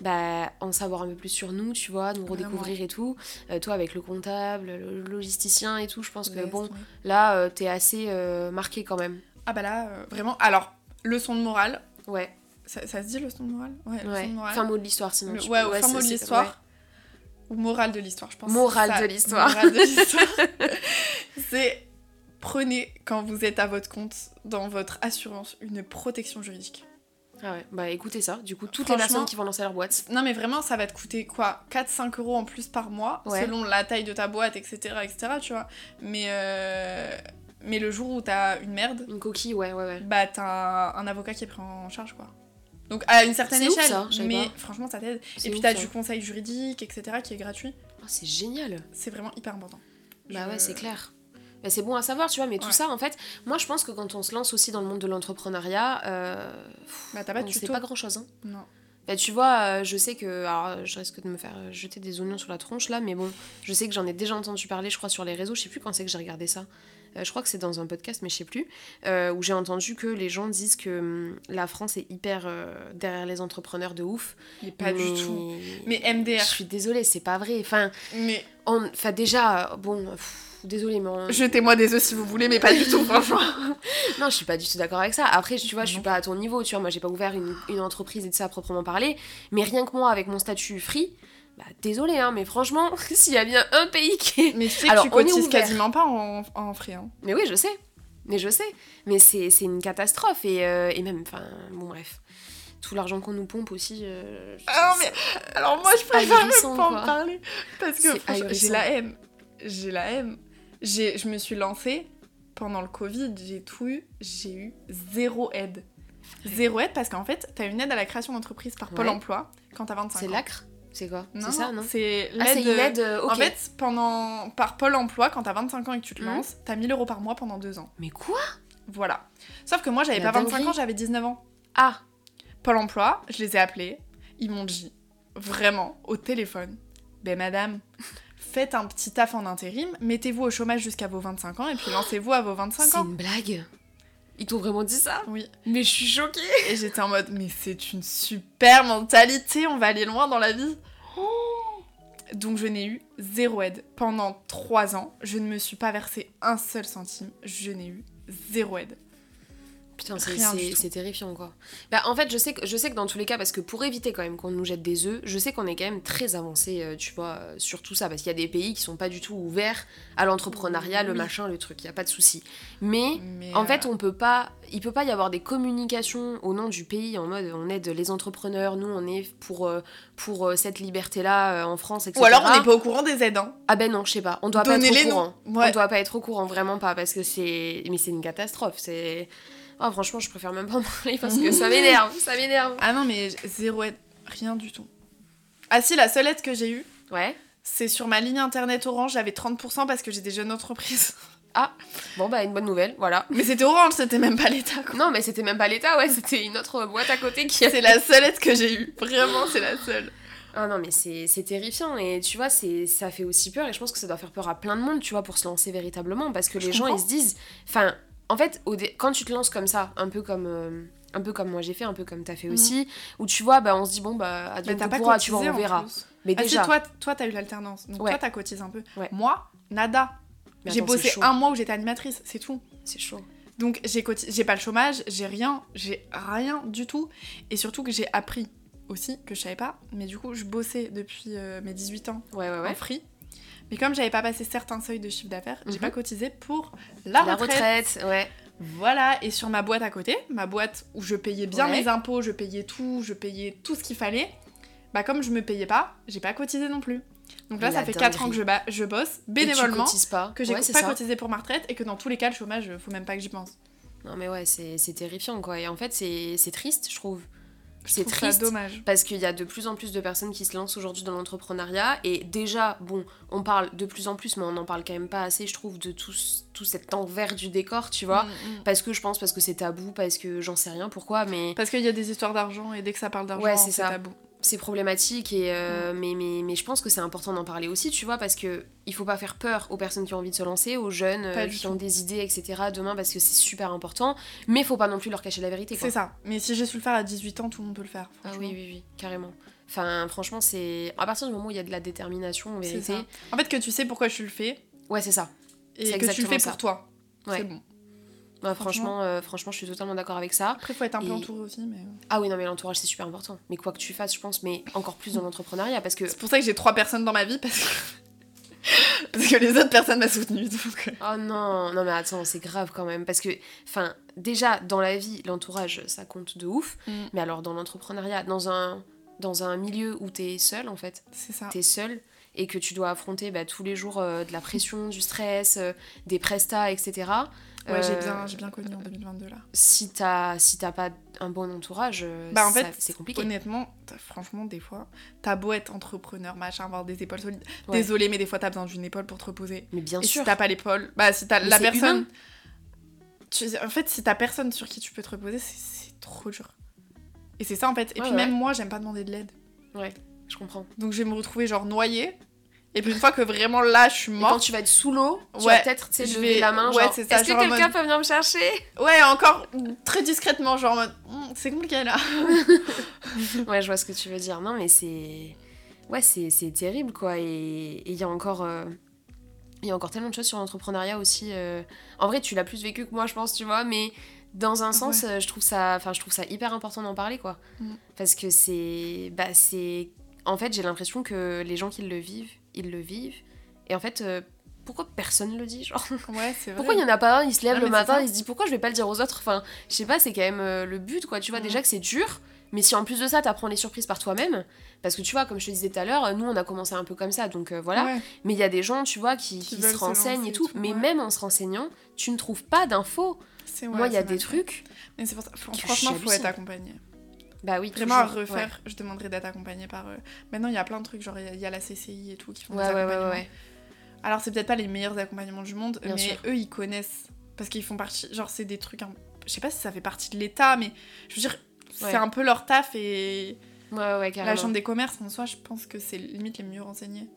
B: bah, en savoir un peu plus sur nous, tu vois, nous
C: Vraiment.
B: redécouvrir et tout. Euh, toi, avec le comptable, le logisticien et tout, je pense que
C: Laisse
B: bon,
C: tomber.
B: là, euh, t'es assez euh, marqué quand même.
C: Ah bah là, euh, vraiment. Alors, leçon de morale.
B: Ouais,
C: Ça, ça se dit, leçon de morale Ouais, leçon
B: ouais.
C: de morale.
B: Fin mot de l'histoire, sinon.
C: Euh, Le-
B: tu
C: ouais,
B: peux-
C: au fin
B: ça,
C: mot de
B: c'est- ouais.
C: l'histoire. Ou morale de l'histoire, je pense.
B: Morale
C: C'est ça,
B: de l'histoire.
C: Morale de l'histoire. C'est prenez, quand vous êtes à votre compte, dans votre assurance, une protection juridique.
B: Ah ouais, bah écoutez ça, du coup, toutes les personnes
C: Franchement-
B: qui vont lancer leur boîte.
C: Non, mais vraiment, ça va te coûter quoi 4-5 euros en plus par mois,
B: Ouais.
C: selon la taille de ta boîte, etc. etc. tu vois. Mais, euh, mais le jour où t'as une merde,
B: Une coquille, ouais, ouais, ouais.
C: bah t'as un, un avocat qui est pris en charge, quoi. Donc à une certaine
B: C'est ouf,
C: échelle,
B: ça, je savais
C: mais
B: pas.
C: franchement, ça t'aide.
B: C'est
C: Et puis
B: ouf,
C: t'as
B: ça.
C: du conseil juridique, etc., qui est gratuit.
B: Oh, c'est génial.
C: C'est vraiment hyper important.
B: Bah
C: Je-
B: ouais, c'est clair. Bah, c'est bon à savoir, tu vois, mais tout
C: Ouais.
B: ça, en fait, moi je pense que quand on se lance aussi dans le monde de l'entrepreneuriat, euh,
C: Bah t'as pas
B: on
C: de
B: sait
C: tuto.
B: pas grand chose. Hein.
C: Non.
B: Bah tu vois, euh, je sais que. Alors, je risque de me faire euh, jeter des oignons sur la tronche là, mais bon, je sais que j'en ai déjà entendu parler, je crois, sur les réseaux, je sais plus quand c'est que j'ai regardé ça. Euh, je crois que c'est dans un podcast, mais je sais plus, euh, où j'ai entendu que les gens disent que hum, la France est hyper euh, derrière les entrepreneurs de ouf.
C: Mais pas
B: mais-
C: du tout.
B: Mais
C: Mais MDR.
B: je suis désolée, c'est pas vrai. Enfin,
C: Mais
B: on- enfin déjà, euh, bon, pff, désolée, mais on-
C: jetez-moi des œufs si vous voulez, mais pas du tout, franchement.
B: non, je suis pas du tout d'accord avec ça. Après, tu vois, je suis
C: Non.
B: pas à ton niveau, tu vois, moi j'ai pas ouvert une, une entreprise et de ça à proprement parler, mais rien que moi avec mon statut free, bah désolée, hein, mais franchement, s'il y a bien un pays qui est...
C: Mais tu sais
B: Alors,
C: que tu
B: on est
C: cotises
B: ouvert.
C: quasiment pas en, en frais. hein.
B: Mais oui, je sais, mais je sais, mais c'est c'est une catastrophe et, euh, et même, enfin, bon bref, tout l'argent qu'on nous pompe aussi... euh,
C: Ah,
B: ça-
C: mais-
B: ça-
C: Alors moi, je
B: C'est
C: préfère
B: ahurissant,
C: même pas
B: quoi.
C: en parler parce que
B: C'est
C: franchement, j'ai
B: ahurissant.
C: la haine. J'ai la haine. J'ai, je me suis lancée pendant le Covid, j'ai tout eu, j'ai eu zéro aide. Zéro aide parce qu'en fait, t'as une aide à la création d'entreprise par Pôle
B: Ouais.
C: Emploi quand t'as 25 ans.
B: C'est l'acre C'est quoi
C: Non,
B: C'est ça, non
C: C'est l'aide.
B: Ah, c'est une aide, euh, ok.
C: En fait, pendant par Pôle Emploi, quand t'as 25 ans et que tu te
B: Mhm.
C: lances, t'as 1000 euros par mois pendant deux ans.
B: Mais quoi
C: Voilà. Sauf que moi, j'avais
B: La
C: pas 25 ans,
B: dinguerie.
C: j'avais 19 ans.
B: Ah
C: Pôle emploi, je les ai appelés, ils m'ont dit, vraiment, au téléphone, ben madame, faites un petit taf en intérim, mettez-vous au chômage jusqu'à vos 25 ans et puis lancez-vous à vos 25
B: C'est
C: ans.
B: une blague Ils t'ont vraiment dit ça
C: Oui,
B: Mais je suis choquée
C: et j'étais en mode, mais c'est une super mentalité, on va aller loin dans la vie. Donc je n'ai eu zéro aide. Pendant trois ans, je ne me suis pas versé un seul centime, je n'ai eu zéro aide.
B: Putain, c'est-
C: Rien du
B: c'est
C: tout.
B: c'est terrifiant quoi. Bah en fait, je sais, que, je sais que dans tous les cas, parce que pour éviter quand même qu'on nous jette des œufs, je sais qu'on est quand même très avancé, euh, tu vois, euh, sur tout ça, parce qu'il y a des pays qui sont pas du tout ouverts à l'entrepreneuriat, le
C: Oui.
B: machin, le truc, il y a pas de souci. Mais
C: Mais
B: en
C: euh,
B: fait, on peut pas, il peut pas y avoir des communications au nom du pays en mode on aide les entrepreneurs, nous on est pour, euh, pour euh, cette liberté là en France, etc.
C: ou alors on n'est pas au courant des aides. Hein.
B: Ah ben non, je sais pas. On doit pas être
C: Donnez-les,
B: au
C: non.
B: courant.
C: Ouais.
B: On doit pas être au courant, vraiment pas, parce que c'est. Mais c'est une catastrophe. C'est. Oh, franchement, je préfère même pas en parler parce que ça m'énerve. Ça m'énerve.
C: Ah non, mais j- zéro aide, rien du tout. Ah si, la seule aide que j'ai eue,
B: Ouais.
C: c'est sur ma ligne internet Orange, j'avais 30% parce que j'ai des jeunes entreprises.
B: Bon, bah, une bonne nouvelle, voilà.
C: Mais c'était Orange, c'était même pas l'État. quoi.
B: Non, mais c'était même pas l'État, ouais, c'était une autre boîte à côté qui
C: C'est la seule aide que j'ai eue, vraiment, c'est la seule.
B: Ah non, mais c'est c'est terrifiant. Et tu vois, c'est ça fait aussi peur. Et je pense que ça doit faire peur à plein de monde, tu vois, pour se lancer véritablement. Parce que
C: Je
B: les gens, ils
C: comprends.
B: se disent. Enfin, en fait, au dé- quand tu te lances comme ça, un peu comme. euh, Un peu comme moi j'ai fait, un peu comme t'as fait
C: Mhm.
B: aussi, où tu vois, bah on se dit bon bah
C: Mais
B: advienne
C: t'as
B: que
C: pas
B: pourra,
C: cotisé,
B: tu vois, on
C: en
B: verra.
C: plus.
B: Mais
C: Ah si,
B: déjà,
C: toi, toi t'as eu l'alternance, donc
B: Ouais.
C: toi, t'as cotisé un peu.
B: Ouais.
C: Moi, nada.
B: Mais
C: J'ai
B: attends,
C: bossé
B: c'est chaud.
C: un mois où j'étais animatrice, c'est tout.
B: C'est chaud.
C: Donc j'ai coti- j'ai pas le chômage, j'ai rien, j'ai rien du tout. Et surtout que j'ai appris aussi, que je savais pas, mais du coup, je bossais depuis euh, mes 18 ans
B: Ouais, ouais,
C: en
B: ouais.
C: free. Mais comme j'avais pas passé certains seuils de chiffre d'affaires, j'ai
B: Mhm.
C: pas cotisé pour la,
B: La
C: retraite.
B: retraite, ouais.
C: Voilà, et sur ma boîte à côté, ma boîte où je payais bien
B: Ouais.
C: mes impôts, je payais tout, je payais tout ce qu'il fallait, bah comme je me payais pas, j'ai pas cotisé non plus. Donc là,
B: La
C: ça fait 4
B: dinguerie.
C: ans que je, ba- je bosse
B: Et tu
C: bénévolement,
B: cotises pas.
C: que j'ai
B: Ouais, c'est
C: pas
B: ça.
C: cotisé pour ma retraite et que dans tous les cas, le chômage, euh, faut même pas que j'y pense.
B: Non mais ouais, c'est c'est terrifiant quoi. Et en fait, c'est c'est triste, je trouve.
C: Je
B: C'est
C: trouve
B: triste.
C: Ça dommage.
B: Parce qu'il y a de plus en plus de personnes qui se lancent aujourd'hui dans l'entrepreneuriat. Et déjà, bon, on parle de plus en plus, mais on n'en parle quand même pas assez, je trouve, de tout, ce- tout cet envers du décor, tu vois.
C: Mm, mm.
B: Parce que je pense, parce que c'est tabou, parce que j'en sais rien pourquoi, mais
C: Parce qu'il y a des histoires d'argent et dès que ça parle d'argent,
B: Ouais, c'est
C: c'est
B: ça.
C: tabou.
B: c'est problématique. Et, euh, mais, mais, mais je pense que c'est important d'en parler aussi, tu vois, parce que il faut pas faire peur aux personnes qui ont envie de se lancer, aux jeunes euh,
C: Pas du
B: qui
C: tout.
B: ont des idées, etc. demain, parce que c'est super important. Mais faut pas non plus leur cacher la vérité, quoi.
C: C'est ça. Mais si j'ai su le faire à 18 ans, tout le monde peut le faire.
B: Ah oui,
C: franchement.
B: oui, oui, carrément. Enfin, franchement, c'est. À partir du moment où il y a de la détermination, en
C: C'est
B: vérité.
C: ça. En fait, que tu sais pourquoi tu le fais
B: Ouais, c'est ça. C'est
C: et que tu le
B: exactement
C: fais
B: ça.
C: pour toi.
B: Ouais.
C: C'est bon.
B: Ouais, franchement, euh, franchement, je suis totalement d'accord avec ça.
C: Après, faut être un
B: Et-
C: peu entouré aussi, mais. euh,
B: Ah oui, non, mais l'entourage, c'est super important. Mais quoi que tu fasses, je pense, mais encore plus dans l'entrepreneuriat, parce que.
C: Euh, C'est pour ça que j'ai trois personnes dans ma vie parce que. parce que les autres personnes m'ont soutenue. donc, euh,
B: Oh non, non, mais attends, c'est grave quand même. Parce que, enfin, déjà, dans la vie, l'entourage, ça compte de ouf.
C: Mm.
B: Mais alors, dans l'entrepreneuriat, dans un, dans un milieu où t'es seul, en fait,
C: C'est ça.
B: t'es seul et que tu dois affronter bah, tous les jours euh, de la pression, du stress, euh, des prestats, etc.
C: Ouais, j'ai
B: Euh,
C: bien, j'ai bien connu en 2022 là.
B: si t'as si t'as pas un bon entourage, euh,
C: Bah, en
B: ça-
C: fait,
B: c'est compliqué.
C: Honnêtement, t'as- franchement, des fois, t'as beau être entrepreneur, machin, avoir des épaules solides.
B: Ouais.
C: Désolé, mais des fois, t'as besoin d'une épaule pour te reposer.
B: Mais bien
C: Et
B: sûr.
C: si t'as pas l'épaule, bah si t'as
B: Mais
C: la
B: c'est
C: personne.
B: humain.
C: Tu- en fait, si t'as personne sur qui tu peux te reposer, c'est- c'est trop dur. Et c'est ça en fait. Et
B: Ouais,
C: puis
B: ouais.
C: même moi, j'aime pas demander de l'aide.
B: Ouais, je comprends.
C: Donc je vais me retrouver genre noyée. Et puis une fois que vraiment là, je suis
B: Et quand
C: morte.
B: tu vas être sous l'eau, tu
C: Ouais,
B: vas peut-être tu sais,
C: je
B: lever
C: vais-
B: la main.
C: ouais,
B: genre,
C: c'est
B: Est-ce
C: ça,
B: que
C: genre en
B: quelqu'un peut venir me chercher
C: Ouais, encore très discrètement, genre en mode, Hum, c'est compliqué là.
B: Ouais, je vois ce que tu veux dire. Non, mais c'est. Ouais, c'est c'est terrible, quoi. Et et il y a encore. euh, Il y a encore tellement de choses sur l'entrepreneuriat aussi. euh, En vrai, tu l'as plus vécu que moi, je pense, tu vois. Mais dans un sens, euh, je, trouve ça... enfin, je trouve ça hyper important d'en parler, quoi.
C: Mm.
B: Parce que c'est. Bah, c'est. En fait, j'ai l'impression que les gens qui le vivent, ils le vivent. Et en fait, euh, pourquoi personne le dit, genre
C: Ouais, c'est vrai.
B: Pourquoi il y en a pas un, il se lève
C: Ah,
B: le
C: mais
B: matin,
C: c'est ça.
B: il se dit pourquoi je vais pas le dire aux autres Enfin, je sais pas, c'est quand même euh, le but, quoi. Tu vois,
C: Mhm.
B: déjà que c'est dur, mais si en plus de ça, t'apprends les surprises par toi-même, parce que tu vois, comme je te disais tout à l'heure, euh, nous on a commencé un peu comme ça, donc euh, voilà.
C: Ouais.
B: Mais il y a des gens, tu vois, qui,
C: Qui
B: qui
C: veulent
B: se
C: se
B: renseignent
C: lancer
B: et
C: et
B: tout,
C: tout,
B: mais
C: ouais.
B: même en se renseignant, tu ne trouves pas d'infos.
C: C'est- ouais,
B: Moi, il y a
C: c'est
B: des
C: mal.
B: trucs,
C: Mais c'est pour ça. fran-
B: que je
C: Franchement, faut être
B: hallucine.
C: accompagné.
B: bah oui,
C: Vraiment à
B: toujours, ouais.
C: refaire, je demanderais d'être accompagné par. euh, Maintenant, il y a plein de trucs, genre il y a- il y, a la CCI et tout qui font des
B: Ouais, ouais, ouais,
C: accompagnements.
B: ouais, ouais.
C: Alors, c'est peut-être pas les meilleurs accompagnements du monde,
B: Bien
C: mais
B: sûr.
C: eux, ils connaissent. Parce qu'ils font partie. Genre, c'est des trucs. un- Je sais pas si ça fait partie de l'État, mais je veux dire,
B: Ouais.
C: c'est un peu leur taf et
B: Ouais, ouais,
C: la
B: carrément.
C: Chambre des commerces en soi, je pense que c'est limite les mieux renseignés.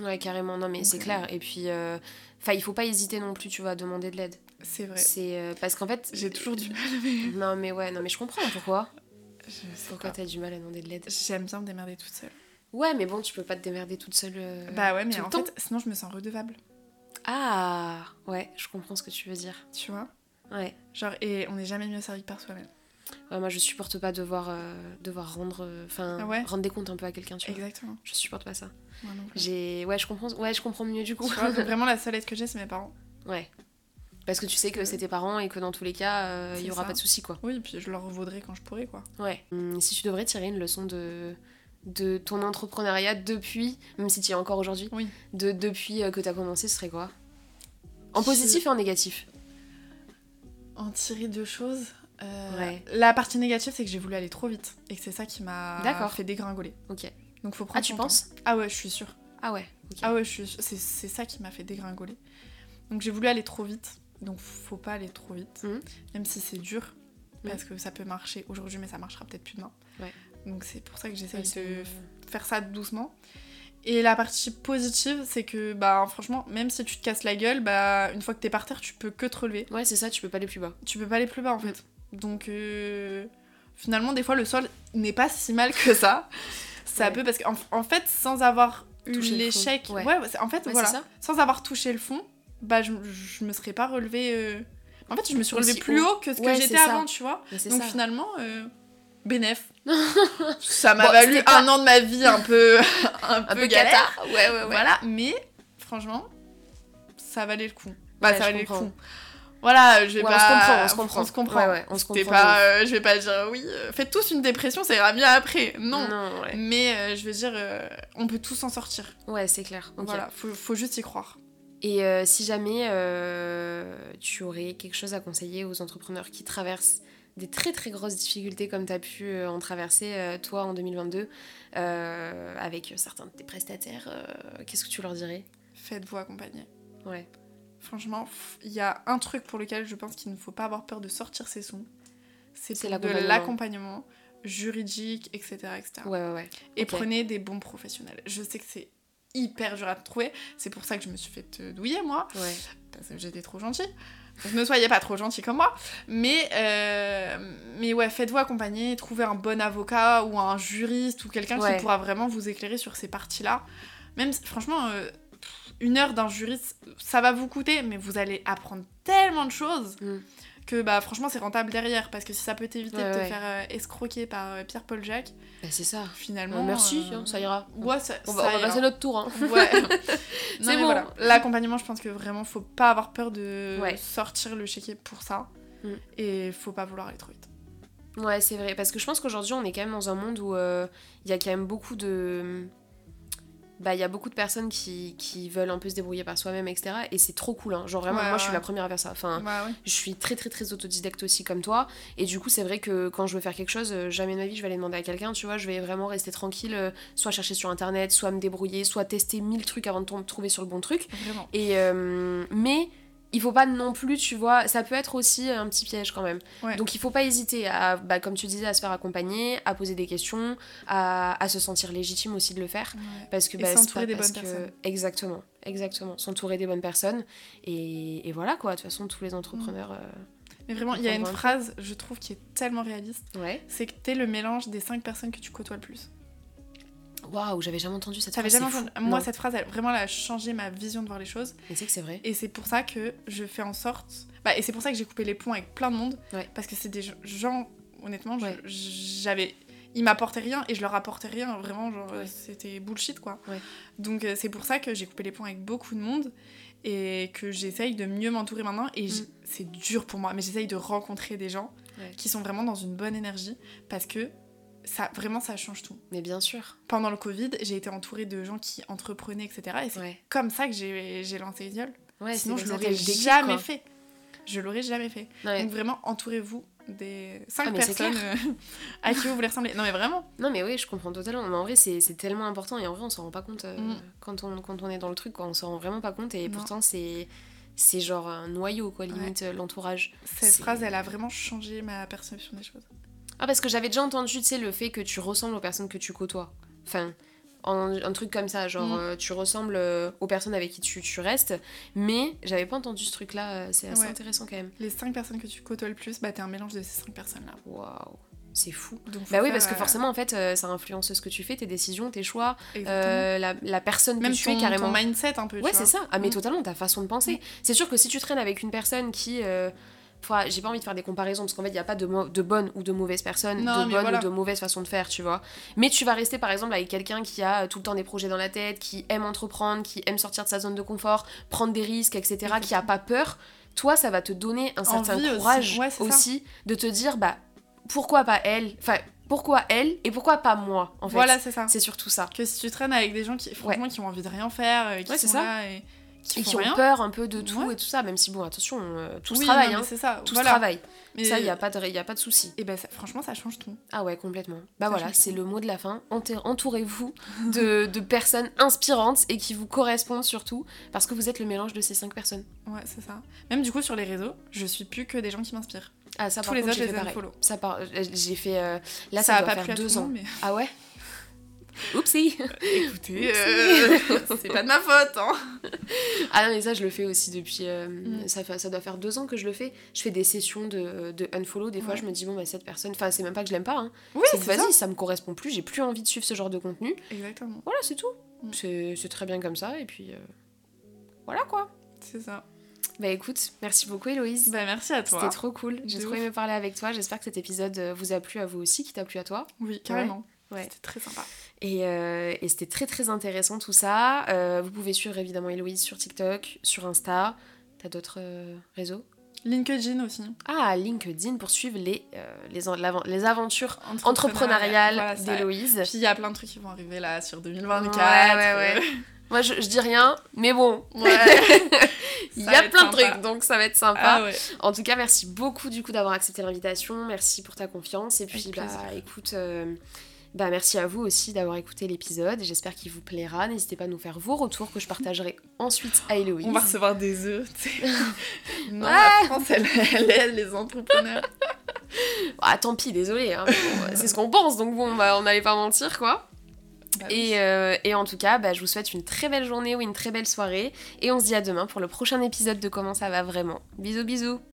B: Ouais, carrément, non, mais
C: Donc,
B: c'est
C: euh,
B: clair. Et puis, euh, enfin, il faut pas hésiter non plus, tu vois, à demander de l'aide.
C: C'est vrai.
B: C'est euh, parce qu'en fait.
C: J'ai toujours du mal, mais.
B: Non, mais ouais, non, mais je comprends pourquoi.
C: Je sais
B: Pourquoi
C: pas.
B: t'as du mal à demander de l'aide
C: J'aime bien me démerder toute seule.
B: Ouais, mais bon, tu peux pas te démerder toute seule. euh,
C: bah ouais, mais
B: tout le
C: en
B: temps.
C: fait, sinon, je me sens redevable,
B: Ah, ouais, je comprends ce que tu veux dire.
C: tu vois.
B: Ouais.
C: Genre, et on n'est jamais mieux servi que par soi-même.
B: Ouais, moi, je supporte pas devoir, euh, devoir rendre, euh, enfin,
C: Ah ouais
B: rendre des comptes un peu à quelqu'un, tu vois.
C: Exactement.
B: Je supporte pas ça.
C: Moi non plus.
B: J'ai, ouais, je comprends, ouais, je comprends mieux du coup.
C: Tu vois, donc vraiment, la seule aide que j'ai, c'est mes parents.
B: ouais. Parce que tu sais que c'est tes parents et que dans tous les cas, euh, il y
C: C'est
B: aura
C: ça.
B: pas de souci, quoi.
C: Oui, puis je leur revaudrai quand je pourrai, quoi.
B: Ouais. Hum, si tu devrais tirer une leçon de de ton entrepreneuriat depuis, même si tu y es encore aujourd'hui,
C: Oui.
B: de depuis euh, que t'as commencé, ce serait quoi En
C: Je-
B: positif et en négatif.
C: En tirer deux choses. euh,
B: Ouais.
C: La partie négative, c'est que j'ai voulu aller trop vite et que c'est ça qui m'a
B: D'accord.
C: fait dégringoler.
B: Ok.
C: Donc faut prendre.
B: Ah, tu
C: son temps.
B: penses
C: Ah ouais, je suis sûre.
B: Ah ouais. ok.
C: Ah ouais, je suis sûre. C'est, c'est ça qui m'a fait dégringoler. Donc j'ai voulu aller trop vite. Donc faut pas aller trop vite.
B: Mhm.
C: Même si c'est dur.
B: Mhm.
C: Parce que ça peut marcher aujourd'hui, mais ça marchera peut-être plus demain.
B: Ouais.
C: Donc c'est pour ça que j'essaye
B: Ouais, c'est-
C: de faire ça doucement. Et la partie positive, c'est que bah franchement, même si tu te casses la gueule, bah une fois que t'es par terre, tu peux que te relever.
B: Ouais, c'est ça, tu peux pas aller plus bas.
C: Tu peux pas aller plus bas en fait.
B: Mmh.
C: Donc euh, finalement, des fois, le sol n'est pas si mal que ça. Ça
B: Ouais.
C: peut parce qu'en en fait, sans avoir eu
B: Touché le fond.
C: l'échec,
B: Ouais.
C: ouais. c'est- en fait
B: Ouais,
C: voilà,
B: c'est ça
C: sans avoir touché le fond, bah je, je me serais pas relevée. euh, En fait, je me suis relevée
B: Aussi
C: plus
B: haut.
C: haut. que ce
B: Ouais,
C: que
B: c'est
C: j'étais
B: ça.
C: avant, tu vois.
B: Mais c'est
C: Donc
B: ça.
C: finalement, euh, bénef. ça m'a
B: Bon,
C: valu
B: c'était pas-
C: un an de ma vie un peu, un peu,
B: Un peu
C: galère.
B: cata. Ouais, ouais, ouais.
C: Voilà, mais franchement, ça valait le coup. Bah,
B: Ouais,
C: ça
B: je
C: valait le
B: comprends.
C: coup. Voilà, je vais
B: Ouais, on se comprend,
C: pas.
B: on se comprend.
C: On se comprend.
B: Ouais, ouais, on se
C: C'était
B: comprend
C: pas,
B: de
C: euh, je vais pas dire oui, euh, faites tous une dépression, ça ira mieux après. Non.
B: Non, ouais.
C: Mais euh, je veux dire, euh, on peut tous s'en sortir.
B: Ouais, c'est clair. ok.
C: Voilà, faut, faut juste y croire.
B: Et euh, si jamais euh, tu aurais quelque chose à conseiller aux entrepreneurs qui traversent des très très grosses difficultés comme tu as pu euh, en traverser euh, toi en 2022 euh, avec certains de tes prestataires, euh, qu'est-ce que tu leur dirais
C: Faites-vous accompagner.
B: Ouais.
C: Franchement, pff, il y a un truc pour lequel je pense qu'il ne faut pas avoir peur de sortir ses sons. C'est
B: C'est
C: pour de
B: l'accompagnement.
C: l'accompagnement juridique, etc. etc.
B: Ouais, ouais, ouais.
C: Et
B: ok.
C: prenez des bons professionnels. Je sais que c'est hyper dur à trouver. C'est pour ça que je me suis fait euh, douiller, moi.
B: ouais.
C: parce que j'étais trop gentille. Donc ne soyez pas trop gentils comme moi. Mais, euh, mais ouais, faites-vous accompagner, trouvez un bon avocat ou un juriste ou quelqu'un
B: Ouais.
C: qui pourra vraiment vous éclairer sur ces parties-là. Même si- franchement, euh, pff, une heure d'un juriste, ça va vous coûter, mais vous allez apprendre tellement de choses
B: Mm.
C: que bah franchement c'est rentable derrière. Parce que si ça peut t'éviter
B: Ouais,
C: de te
B: ouais.
C: faire euh, escroquer par euh, Pierre-Paul Jacques,
B: Bah, c'est ça.
C: finalement.
B: Euh, merci,
C: euh,
B: hein, ça ira.
C: Ouais, ça,
B: on va,
C: ça
B: on va
C: ira.
B: passer notre tour. hein.
C: Ouais.
B: C'est
C: c'est
B: bon.
C: bon. L'accompagnement, je pense que vraiment, faut pas avoir peur de
B: Ouais.
C: sortir le chéquier pour ça.
B: Mm.
C: Et faut pas vouloir aller trop vite.
B: Ouais, c'est vrai. Parce que je pense qu'aujourd'hui, on est quand même dans un monde où euh, il y a quand même beaucoup de. Bah, il y a beaucoup de personnes qui, qui veulent un peu se débrouiller par soi-même, etc. Et c'est trop cool. hein. Genre, vraiment,
C: Ouais,
B: moi, je suis
C: ouais. Mm.
B: la première à faire ça. Enfin,
C: Bah Ouais, ouais.
B: je suis très, très, très autodidacte aussi, comme toi. Et du coup, c'est vrai que quand je veux faire quelque chose, euh, jamais de ma vie, je vais aller demander à quelqu'un. Tu vois, je vais vraiment rester tranquille, euh, soit chercher sur internet, soit me débrouiller, soit tester mille trucs avant de tom- trouver sur le bon truc.
C: Vraiment.
B: Et euh, mais il faut pas non plus, tu vois, ça peut être aussi un petit piège quand même.
C: Ouais.
B: Donc il faut pas hésiter à, bah, comme tu disais, à se faire accompagner, à poser des questions, à, à se sentir légitime aussi de le faire.
C: Ouais.
B: Parce que
C: Et
B: bah, c'est pas
C: s'entourer des
B: parce
C: bonnes
B: que-
C: personnes.
B: Exactement, exactement. S'entourer des bonnes personnes. Et, et voilà quoi, de toute façon, tous les entrepreneurs.
C: Mm.
B: euh,
C: Mais vraiment, il y a une
B: Convaincre.
C: phrase, je trouve, qui est tellement réaliste
B: euh, Ouais.
C: c'est que t'es le mélange des cinq personnes que tu côtoies le plus.
B: Waouh, j'avais jamais entendu cette
C: T'avais
B: phrase.
C: jamais
B: Ah, c'est fou.
C: entendu- Moi,
B: Non,
C: cette phrase, elle, vraiment, elle a changé ma vision de voir les choses.
B: Mais tu sais que c'est vrai.
C: Et c'est pour ça que je fais en sorte. Bah, et c'est pour ça que j'ai coupé les ponts avec plein de monde.
B: Ouais.
C: Parce que c'est des gens- gens, honnêtement, je-
B: Ouais.
C: j'avais. Ils m'apportaient rien et je leur apportais rien. Vraiment, genre,
B: Ouais.
C: c'était bullshit, quoi.
B: Ouais.
C: Donc, euh, c'est pour ça que j'ai coupé les ponts avec beaucoup de monde et que j'essaye de mieux m'entourer maintenant. Et j'-
B: Mm.
C: c'est dur pour moi, mais j'essaye de rencontrer des gens
B: Ouais.
C: qui sont vraiment dans une bonne énergie parce que ça, vraiment, ça change tout.
B: Mais bien sûr.
C: Pendant le Covid, j'ai été entourée de gens qui entreprenaient, etc. Et c'est
B: Ouais.
C: comme ça que j'ai j'ai lancé Isiol.
B: Ouais,
C: Sinon,
B: c'est
C: je
B: comme ça,
C: l'aurais
B: t'as eu le déclic,
C: jamais
B: quoi.
C: fait. Je l'aurais jamais fait.
B: Ouais.
C: Donc vraiment, entourez-vous des cinq
B: Ah, mais c'est
C: personnes euh, à qui vous voulez ressembler. Non mais vraiment.
B: Non mais oui, je comprends totalement. Mais en vrai, c'est c'est tellement important et en vrai, on s'en rend pas compte euh,
C: Mm.
B: quand, on, quand on est dans le truc, quoi. On s'en rend vraiment pas compte et
C: Non.
B: pourtant, c'est c'est genre un noyau, quoi, limite, euh, l'entourage.
C: Cette
B: C'est-
C: phrase, elle a vraiment changé ma perception des choses.
B: Ah, parce que j'avais déjà entendu, tu sais, le fait que tu ressembles aux personnes que tu côtoies. Enfin, en- un truc comme ça, genre,
C: Mm.
B: euh, tu ressembles euh, aux personnes avec qui tu, tu restes, mais j'avais pas entendu ce truc-là, euh, c'est assez
C: Ouais.
B: intéressant quand même.
C: Les cinq personnes que tu côtoies le plus, bah t'es un mélange de ces cinq personnes-là.
B: Waouh, c'est fou.
C: Donc, faut
B: Bah oui,
C: faire,
B: parce que
C: euh,
B: forcément, en fait, euh, ça influence ce que tu fais, tes décisions, tes choix,
C: exactement.
B: euh, la, la personne
C: Même
B: que tu es
C: ton,
B: carrément.
C: ton mindset un peu.
B: Ouais,
C: tu
B: c'est
C: vois.
B: ça. Ah, mais
C: Mm.
B: totalement, ta façon de penser.
C: Mm.
B: C'est sûr que si tu traînes avec une personne qui. euh, enfin, j'ai pas envie de faire des comparaisons parce qu'en fait, il n'y a pas de, mo- de bonne ou de mauvaise personne,
C: Non,
B: de
C: mais
B: bonne
C: voilà.
B: ou de mauvaise façon de faire, tu vois. Mais tu vas rester par exemple avec quelqu'un qui a euh, tout le temps des projets dans la tête, qui aime entreprendre, qui aime sortir de sa zone de confort, prendre des risques, etc., qui a pas peur. Toi, ça va te donner un certain
C: Envie aussi.
B: courage aussi,
C: Ouais, c'est ça.
B: de te dire, bah, pourquoi pas elle Enfin, pourquoi elle et pourquoi pas moi, en fait.
C: Voilà, c'est ça.
B: C'est surtout ça.
C: Que si tu traînes avec des gens qui, franchement, qui ont envie de rien faire, euh, qui
B: Ouais, c'est
C: sont
B: ça.
C: là et qui
B: Et
C: font
B: qui
C: rien.
B: ont peur un peu de tout
C: Ouais.
B: et tout ça, même si bon, attention, euh, tout
C: Oui,
B: se
C: non,
B: travaille,
C: mais
B: hein.
C: C'est ça.
B: Tout
C: voilà.
B: se travaille.
C: Mais-
B: Ça, il n'y a, pas de- y a pas de souci.
C: Et bah, ça- franchement, ça change tout.
B: Ah ouais, complètement. Bah
C: Ça
B: voilà,
C: change
B: c'est
C: tout.
B: le mot de la fin. Ente- Entourez-vous de, de personnes inspirantes et qui vous correspondent surtout, parce que vous êtes le mélange de ces cinq personnes.
C: Ouais, c'est ça. Même du coup, sur les réseaux, je suis plus que des gens qui m'inspirent.
B: Ah, ça,
C: Tous
B: par
C: les
B: contre,
C: autres,
B: j'ai
C: je
B: fait
C: les
B: pareil.
C: unfollow.
B: Ça, par... j'ai fait... euh, Là,
C: ça
B: ça,
C: a
B: doit
C: pas plu à
B: faire deux
C: tout le
B: ans.
C: monde, mais
B: Ah ouais Oupsie
C: écoutez, euh, c'est pas de ma faute. Hein.
B: Ah non, mais ça, je le fais aussi depuis. euh,
C: Mm.
B: ça, fait- ça doit faire deux ans que je le fais. Je fais des sessions de, de unfollow. Des fois,
C: Ouais.
B: je me dis, bon, bah, cette personne. Enfin, c'est même pas que je l'aime pas. Hein.
C: Oui,
B: c'est que
C: c'est ça.
B: vas-y, ça me correspond plus. J'ai plus envie de suivre ce genre de contenu.
C: Exactement,
B: Voilà, c'est tout.
C: Mm.
B: C'est c'est très bien comme ça. Et puis. euh, Voilà quoi.
C: c'est ça.
B: Bah écoute, merci beaucoup, Héloïse.
C: Bah, merci à toi.
B: C'était trop cool. J'ai
C: De
B: trop
C: ouf.
B: aimé parler avec toi. J'espère que cet épisode euh, vous a plu à vous aussi, qui t'a plu à toi.
C: Oui, carrément.
B: Ouais.
C: C'était très sympa.
B: Et, euh, et c'était très très intéressant tout ça. Euh, vous pouvez suivre évidemment Héloïse sur TikTok, sur Insta. T'as d'autres euh, réseaux
C: LinkedIn aussi.
B: Ah, LinkedIn pour suivre les, euh, les, en- l'avan- les aventures entrepreneuriales
C: voilà, ça.
B: d'Héloïse.
C: Puis il y a plein de trucs qui vont arriver là sur 2024.
B: Ouais, ouais, Moi, je, je dis rien, mais bon,
C: euh, ouais.
B: il y
C: Ça
B: a
C: va être
B: plein de
C: sympa.
B: trucs, donc ça va être sympa.
C: Ah ouais.
B: En tout cas, merci beaucoup du coup d'avoir accepté l'invitation. Merci pour ta confiance. Et puis,
C: Avec
B: bah,
C: plaisir.
B: écoute, euh, bah, merci à vous aussi d'avoir écouté l'épisode. J'espère qu'il vous plaira. N'hésitez pas à nous faire vos retours que je partagerai ensuite à Héloïse.
C: On va recevoir des œufs. tu sais. non,
B: Ah.
C: la France, elle, elle aide les entrepreneurs.
B: Ah, tant pis, désolé. hein, mais bon, c'est ce qu'on pense, donc bon, bah, on n'allait pas mentir quoi.
C: Bah oui.
B: Et, euh, et en tout cas, bah, je vous souhaite une très belle journée ou une très belle soirée. Et on se dit à demain pour le prochain épisode de Comment ça va vraiment. Bisous, bisous.